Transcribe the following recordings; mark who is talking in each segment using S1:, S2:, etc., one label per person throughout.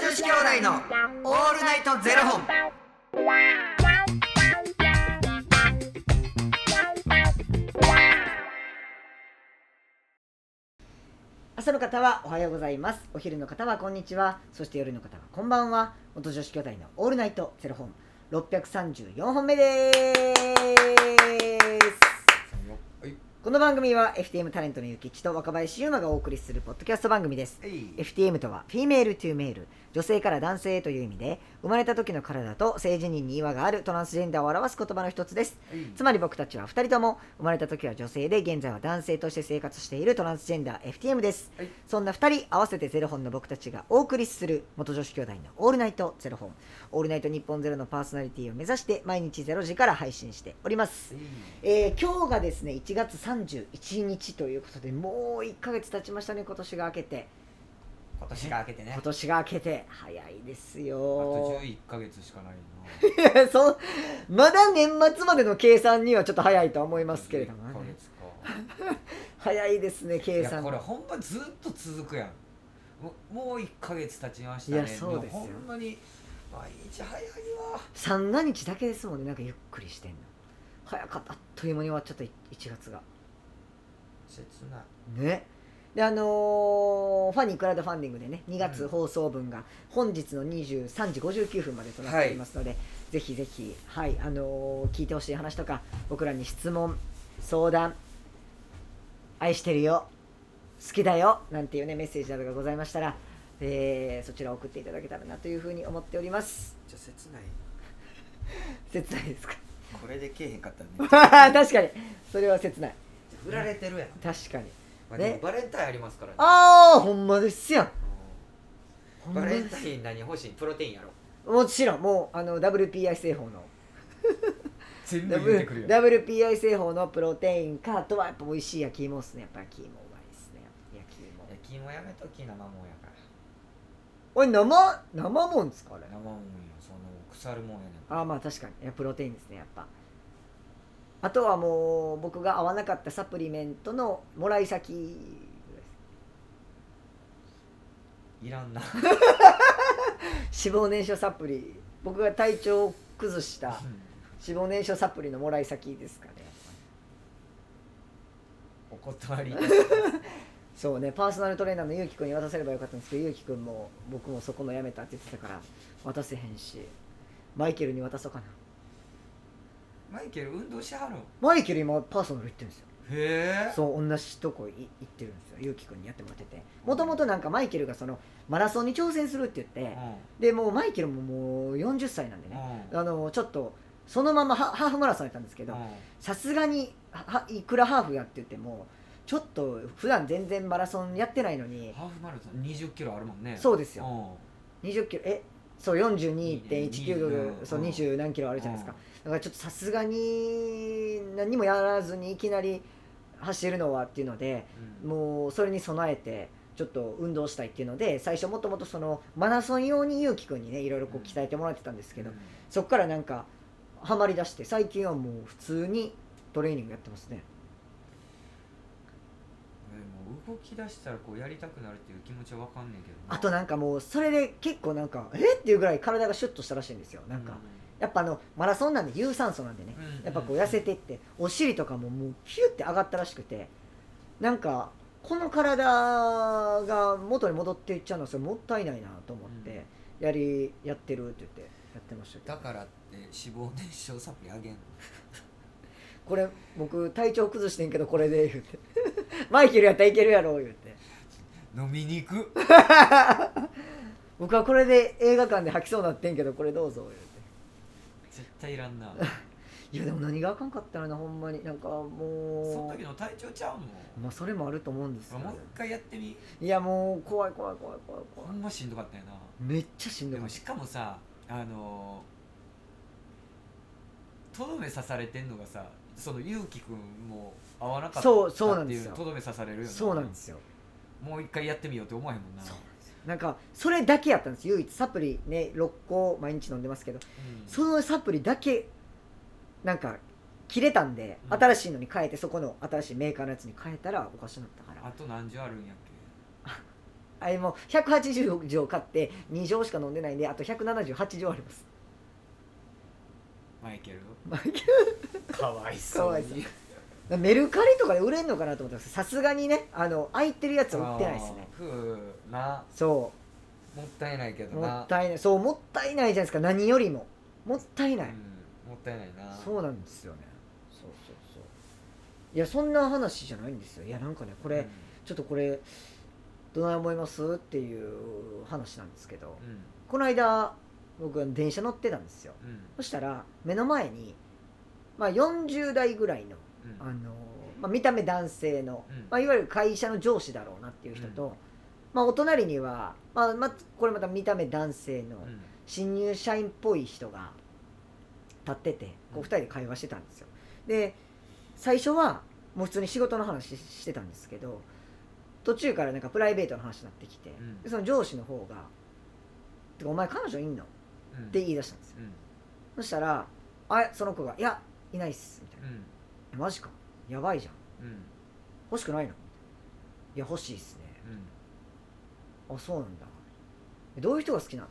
S1: 子兄弟のオールナイトゼロ本。
S2: 朝の方はおはようございますお昼の方はこんにちはそして夜の方はこんばんは元女子兄弟のオールナイトゼロ本634本目です
S1: はい
S2: この番組は FTM タレントのゆきちと若林優馬がお送りするポッドキャスト番組です
S1: えい
S2: FTM とはフィメールトゥーメール女性から男性へという意味で生まれた時の体と性自認に違和があるトランスジェンダーを表す言葉の一つです
S1: はい
S2: つまり僕たちは2人とも生まれた時は女性で現在は男性として生活しているトランスジェンダー FTM です、
S1: はい
S2: そんな2人合わせてゼロ本の僕たちがお送りする元女子兄弟の「オールナイトゼロ本」「オールナイト日本ゼロのパーソナリティを目指して毎日0時から配信しております、えー今日がですね1月31日ということでもう1ヶ月経ちましたね今年が明けて
S1: 今年が明けてね
S2: 今年が明けて早いです
S1: あ
S2: よ
S1: と11ヶ月しかない な
S2: そうまだ年末までの計算にはちょっと早いとは思いますけれども、
S1: 11ヶ
S2: ね、
S1: 月か
S2: 早いですね計
S1: いや
S2: 算
S1: これほんまずっと続くやんもうもう1ヶ月経ちました
S2: い
S1: ね
S2: やそうですよ
S1: もほんまに毎日早いわ
S2: 三が日だけですもんねなんかゆっくりしてんの早かったあっという間に終わっちゃったい1月が
S1: 切ない
S2: ねであのーファニークラウドファンディングでね2
S1: う
S2: 月
S1: ん
S2: 放送分が本日の23時59分までとなっておりますので、ぜひぜひ、はいあのー聞いてほしい話とか僕らに質問相談愛してるよ好きだよなんていうねメッセージなどがございましたら、えーそちらを送っていただけたらなというふうに思っております
S1: じゃあ切ない
S2: 切ない ですか
S1: これでけえへんかったら めっちゃ
S2: 確かにそれは切ない
S1: 振られてるやん、
S2: 確かに
S1: まあ、でも
S2: ね
S1: バレンタインありますからね
S2: ああほんまですやん
S1: う
S2: ほ
S1: ん
S2: ん
S1: バ
S2: ま
S1: レ
S2: です
S1: ンタイン何欲しいプロテインやろ
S2: もちろんもうあの WPI 製法の
S1: 全
S2: WPI 製法のプロテインかあとはやっぱ美味しい焼き芋っすねやっぱ焼き芋うまいっすね焼き芋
S1: 焼き芋やめとき生もんやから
S2: おい生生もんですかあれ
S1: 生もんよその腐るもんやねん
S2: ああまあ確かにいやプロテインですねやっぱあとはもう僕が合わなかったサプリメントのもらい先ぐらい
S1: いらんな
S2: です脂肪燃焼サプリ僕が体調を崩した脂肪燃焼サプリのもらい先ですかね
S1: お 断り
S2: そうねパーソナルトレーナーのゆうきくんに渡せればよかったんですけどゆうきくんも僕もそこのやめたって言ってたから渡せへんしマイケルに渡そうかな
S1: マイケル運動しはるんへ
S2: マイケル今パーソナル行ってるんですよ
S1: え
S2: そう同じとこい行ってるんですよゆうきくんにやってもらっててもともとなんかマイケルがそのマラソンに挑戦するって言ってでもうマイケルももう40歳なんで
S1: うん
S2: ね
S1: うん
S2: あのちょっとそのままハハーフマラソンやったんですけどさすがにはいくらハーフやって言ってもちょっと普段全然マラソンやってないのに
S1: ハーフマラソン20キロあるもんね
S2: そううですよ20キロえそう42.19ドル
S1: うん
S2: そう
S1: うん
S2: 20何キロあ
S1: あ
S2: るじゃないですかだからちょっとさすがに何もやらずにいきなり走るのはっていうのでもうそれに備えてちょっと運動したいっていうので最初もともとそのマラソン用にゆうきくんにねいろいろこう鍛えてもらってたんですけどそっからなんかハマりだして最近はもう普通にトレーニングやってますね
S1: 動き出したらこうやりたくなるっていう気持ちはわかんねえけど
S2: あとなんかもうそれで結構なんかえっていうぐらい体がシュッとしたらしいんですよなんかやっぱあのマラソンなんで有酸素なんでね、
S1: うん
S2: やっぱこう痩せてってお尻とかももうキュッて上がったらしくてなんかこの体が元に戻っていっちゃうのはそれもったいないなと思って、やりやってるって言ってやってましたけど
S1: だからって脂肪燃焼サプリあげんの
S2: これ僕体調崩してんけどこれで言うて マイケルやったらいけるやろ言うて
S1: 飲みに行 く
S2: 僕はこれで映画館で吐きそうになってんけどこれどうぞ言うて
S1: 絶対いらんない
S2: やでも何があかんかったらなほんまになんか
S1: その
S2: も
S1: 時の体調ちゃうも
S2: まあそれもあると思うんですよ
S1: んもう一回やってみ
S2: いやもう怖い怖い怖い怖い怖い
S1: ほんましんどかったよな
S2: めっちゃしん
S1: で
S2: どか
S1: も
S2: っ
S1: しかもさあのーとどめ刺されてんのがさそのゆうきくんも合わなかった
S2: そうそうなんですよ
S1: っていうとどめ刺されるよ
S2: た
S1: ね
S2: そうなんですよ
S1: もう一回やってみようって思わへんもんな
S2: そうなんかそれだけやったんです唯一サプリね6個毎日飲んでますけど
S1: うん
S2: そのサプリだけなんか切れたんで、
S1: うん
S2: 新しいのに変えてそこの新しいメーカーのやつに変えたらおかしなったから
S1: あと何十あるんやっ
S2: あれもう180錠買って2錠しか飲んでないんであと178錠あります
S1: マイケル
S2: マイケ
S1: かわいそうに
S2: ルメルカリとかで売れんのかなと思ったんですけどさすがにねあの空いてるやつは売ってないですね
S1: あー食うな
S2: そ
S1: もったいないけ
S2: う
S1: ど
S2: も
S1: な
S2: ったいないそうもったいないじゃないですか何よりももったいない、
S1: うん、もったいないな
S2: そうなんですよねそうそうそういやそんな話じゃないんですよいやなんかねこれ、
S1: うん
S2: ちょっとこれどない思いますっていう話なんですけど、
S1: うん
S2: この間僕は電車乗ってたんですよ
S1: うん
S2: そしたら目の前に、まあ、40代ぐらいの、
S1: うん
S2: あのまあ、見た目男性の、
S1: うん
S2: まあ、いわゆる会社の上司だろうなっていう人と、
S1: う
S2: まあ、お隣には、まあまあ、これまた見た目男性の
S1: うん
S2: 新入社員っぽい人が立っててこ
S1: う
S2: うん2人で会話してたんですよで最初はもう普通に仕事の話してたんですけど途中からなんかプライベートの話になってきて、
S1: うん
S2: でその上司の方が「てかお前彼女いんの?」
S1: うん
S2: って言い出したんですよ
S1: うん
S2: そしたらあその子が「いやいないっす」みたいな
S1: うん
S2: え「マジかやばいじゃん
S1: うん
S2: 欲しくないの?」いや欲しいっすね」あそうなんだえどういう人が好きなのっ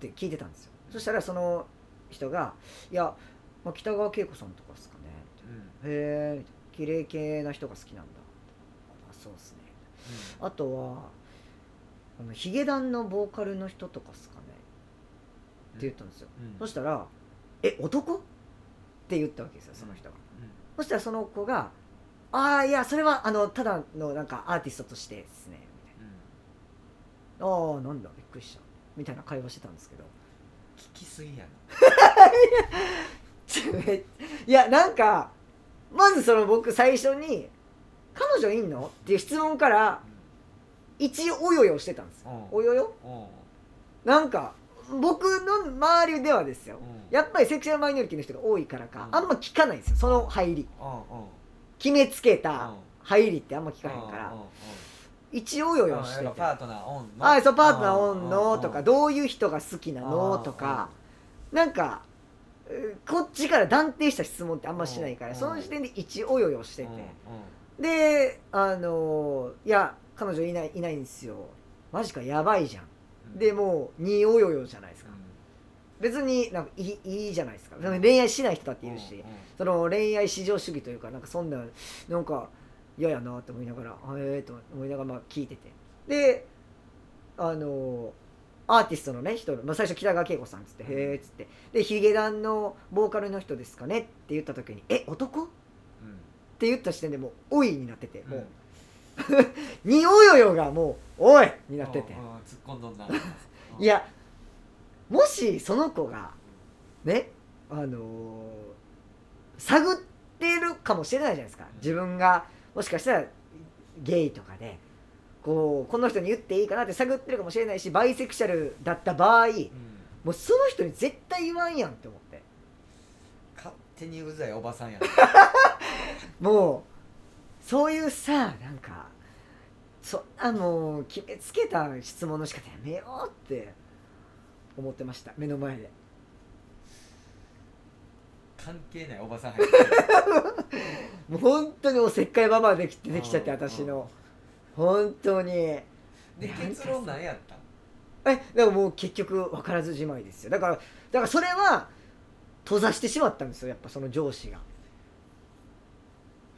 S2: て聞いてたんですよそしたらその人が「いや、まあ、北川景子さんとかですかね」
S1: うんうん
S2: へえ綺麗系な人が好きなんだ」あそうっすね」あとはあのヒゲダンのボーカルの人とかですかねって言ったんですよ、
S1: うん
S2: そしたら「え男?」って言ったわけですよその人が、そしたらその子が「ああいやそれはあのただのなんかアーティストとしてですね」みたいな
S1: うんう
S2: あ
S1: ん
S2: あなんだびっくりしたみたいな会話してたんですけど
S1: 聞きすぎやな
S2: いやなんかまずその僕最初に「彼女いんの?」っていう質問から一応およよしてたんですよ
S1: うん
S2: およよ
S1: うん
S2: なんか僕の周りではですよ
S1: うん
S2: やっぱりセクシュアルマイノリティの人が多いからか
S1: うん
S2: あんま聞かないんですよその入り
S1: うんうん
S2: 決めつけ
S1: う
S2: た
S1: ん
S2: 入りってあんま聞かへ
S1: うんん
S2: から
S1: うんうん
S2: 一応およよし
S1: あ
S2: て
S1: なん
S2: て
S1: かパートナーオンの
S2: あそうパートナーおんのとか
S1: う
S2: どういう人が好きなのとかなんかえーこっちから断定した質問ってあんましないか
S1: う
S2: ら
S1: ん
S2: その時点で一およよして
S1: うん
S2: て
S1: うん
S2: であのーいや彼女いないいないんですよマジかやばいじゃん
S1: うん
S2: でもう二およよじゃないです
S1: う
S2: か
S1: ん
S2: 別になんかいいいいじゃないですかでも恋愛しない人だっている
S1: うん
S2: し
S1: うん
S2: その恋愛至上主義というかなんかそんななんか嫌やなって思いながらあええと思いながらまあ聞いててであのアーティストのね人の、まあ、最初北川景子さんっつって「
S1: うん
S2: へえ」っつってでヒゲダンのボーカルの人ですかねって言った時に「え男?」って言った時点でもう「おい」になってて
S1: うん
S2: もう「におよよ」がもう「おい」になってて
S1: うんうん突っ込んどんな
S2: いやもしその子がねあのー探ってるかもしれないじゃないですか自分がもしかしたらゲイとかでこうこの人に言っていいかなって探ってるかもしれないしバイセクシャルだった場合
S1: うん
S2: もうその人に絶対言わんやんって思って
S1: 勝手にうざいおばさんやな
S2: もうそういうさなんかそんなもう決めつけた質問の仕方やめようって思ってました目の前で
S1: 関係ないおばさん入ってる
S2: もう本当におせっかいババアできてできちゃって
S1: うん
S2: 私の本当に
S1: で
S2: なんか
S1: 結論何やったん
S2: えでももう結局分からずじまいですよだからだからそれは閉ざしてしまったんですよやっぱその上司が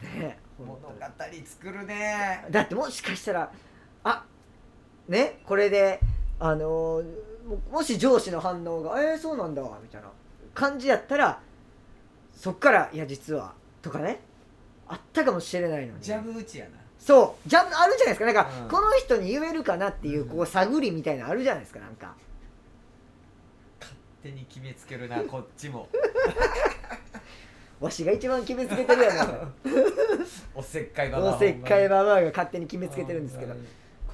S2: ねえ
S1: 物
S2: 本
S1: 語
S2: 当に
S1: 作るね
S2: だってもしかしたらあねこれであのーももし上司の反応が「えー、そうなんだ」みたいな感じやったらそっから「いや実は」とかねあったかもしれないのに
S1: ジャブ打ちやな
S2: そうジャブあるじゃないですかなんか、
S1: うん
S2: この人に言えるかなっていう
S1: うん
S2: こう探りみたいなのあるじゃないですかなんか
S1: 勝手に決めつけるなこっちも
S2: わしが一番決めつけてる やな
S1: おせっかいババア
S2: おせっかい
S1: バ
S2: ババアが勝手に決めつけてるんですけど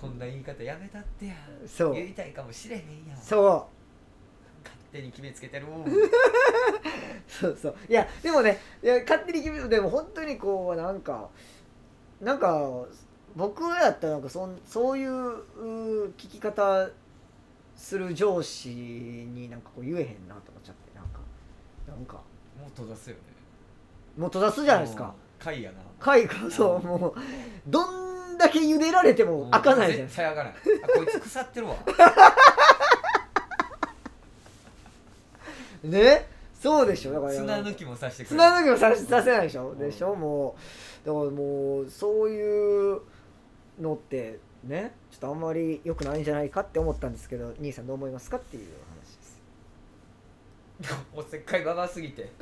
S1: こんな言い方やめたってや
S2: そう
S1: 言いたいかもしれへんやん
S2: そう
S1: 勝手に決めつけてるもん
S2: そうそういやでもねいや勝手に決めでも本当にこうなんかなんか僕やったらなんかそんそういううー聞き方する上司になんかこう言えへんなと思っちゃってなんかなんか
S1: もう閉ざすよね
S2: もう閉ざすじゃないですか
S1: うん。回やな。
S2: 海がそうもうどんんだけ茹でられても開かないじゃないで
S1: 絶
S2: すか
S1: 対開かないあこいつ腐ってるわ
S2: ねそうでしょだから
S1: 砂抜きもさしてくれ
S2: 砂抜きもささせないでしょ、
S1: うん
S2: でしょもうだからもうそういうのってねちょっとあんまり良くないんじゃないかって思ったんですけど兄さんどう思いますかっていう話です
S1: おせっかいババすぎて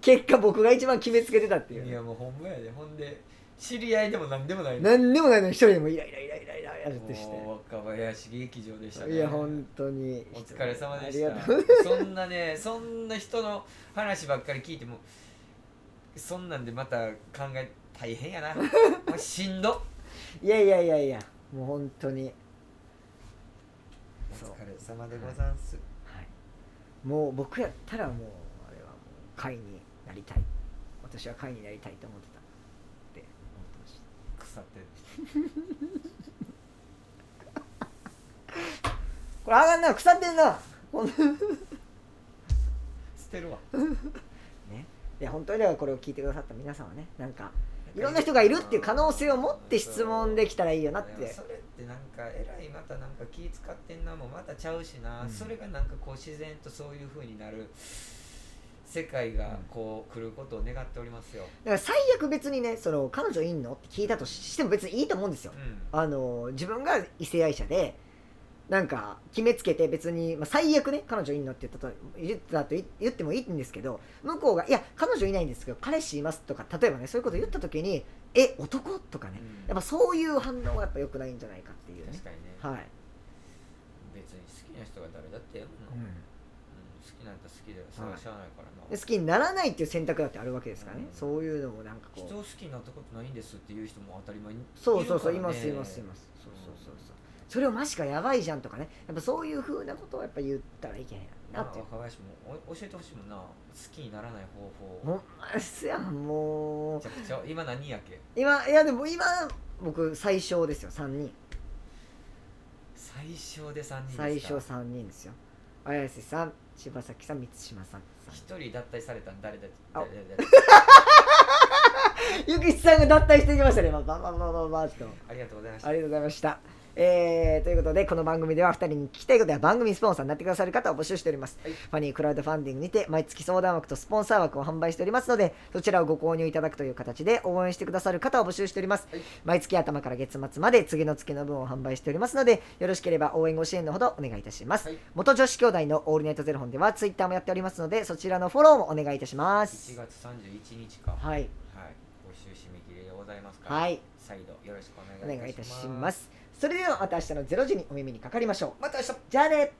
S2: 結果僕が一番決めつけてたっていう
S1: いやもうほんまやでほんで知り合いでも何でもない
S2: 何でもないのに一人でもイライライライライラやるってして
S1: もう若林劇場でしたね
S2: いや本当に
S1: お疲れ様でし
S2: ありがとう
S1: たそんなねそんな人の話ばっかり聞いてもそんなんでまた考え大 変やなもうしんど
S2: いやいやいやいやもう本当に
S1: お
S2: そう
S1: 疲れ様でござんす
S2: はい、もう僕やったらもうあれはもう会になりたい私は会になりたいと思ってたって思ってまし
S1: 腐ってる
S2: たこれあがんな腐ってんなほんい
S1: 捨てるわ
S2: や本当にだからこれを聞いてくださった皆さんはねなんかいろんな人がいるっていう可能性を持って質問できたらいいよなっ
S1: でも
S2: て
S1: それってなんかえらいまたなんか気使ってんなもうまたちゃうしな、
S2: うん
S1: それがなんかこう自然とそういう風になる世界がこう来ることを願っておりますよ、
S2: だから最悪別にねその彼女いんのって聞いたとしても別にいいと思うんですよ
S1: うん、
S2: あの自分が異性愛者でなんか決めつけて別に、まあ、最悪ね彼女いんのって言ったと言ったと言ってもいいんですけど向こうが「いや彼女いないんですけど彼氏います」とか例えばねそういうこと言った時に「え男?」とかね
S1: うん
S2: やっぱそういう反応はやっぱ良くないんじゃないかっていうね
S1: 確かにね、
S2: はい、
S1: 別に好きな人が誰だってやるの、うん好きなんだ好きでそれはしゃあないからな、
S2: で好きにならないっていう選択だってあるわけですからね、
S1: うん
S2: そういうのもなんかこ
S1: 人
S2: う
S1: を好きになったことないんですっていう人も当たり前にいる
S2: そうそうそう
S1: か
S2: い
S1: らね
S2: ますいますいますそうそうそうそうそれをマジかやばいじゃんとかねやっぱそういうふうなことをやっぱ言ったらいけないな
S1: な
S2: っていう
S1: 若林もお教えてほしいもんな好きにならない方法
S2: もうあれっすやんも
S1: め
S2: う
S1: ちゃくちゃ今何やっけ
S2: 今いやでも今僕最小ですよ3人
S1: 最小で3人ですか
S2: 最小3人ですよ綾瀬さん柴咲さん満島さん
S1: 一人脱退されたん誰だ
S2: あ
S1: 誰だ誰だ
S2: ゆきちさんが脱退してきましたね今ババババババッと
S1: ありがとうございました
S2: ありがとうございました。えーということで、この番組では2人に聞きたいことや番組スポンサーになってくださる方を募集しております。
S1: はい
S2: ファニークラウドファンディングにて、毎月相談枠とスポンサー枠を販売しておりますので、そちらをご購入いただくという形で応援してくださる方を募集しております。
S1: はい
S2: 毎月頭から月末まで次の月の分を販売しておりますので、よろしければ応援ご支援のほどお願いいたします。
S1: はい
S2: 元女子兄弟のオールナイトゼロ本では、ツイッターもやっておりますので、そちらのフォローもお願いいたしま
S1: 1
S2: す。
S1: 月31日かはい
S2: はい。
S1: 募集締め切りでございますから、
S2: はい。
S1: 再度よろしくお
S2: お
S1: 願い
S2: 願いい
S1: いた
S2: た
S1: し
S2: し
S1: ま
S2: ますす。それではまた明日の0時にお耳にかかりましょう。
S1: また明日
S2: じゃあね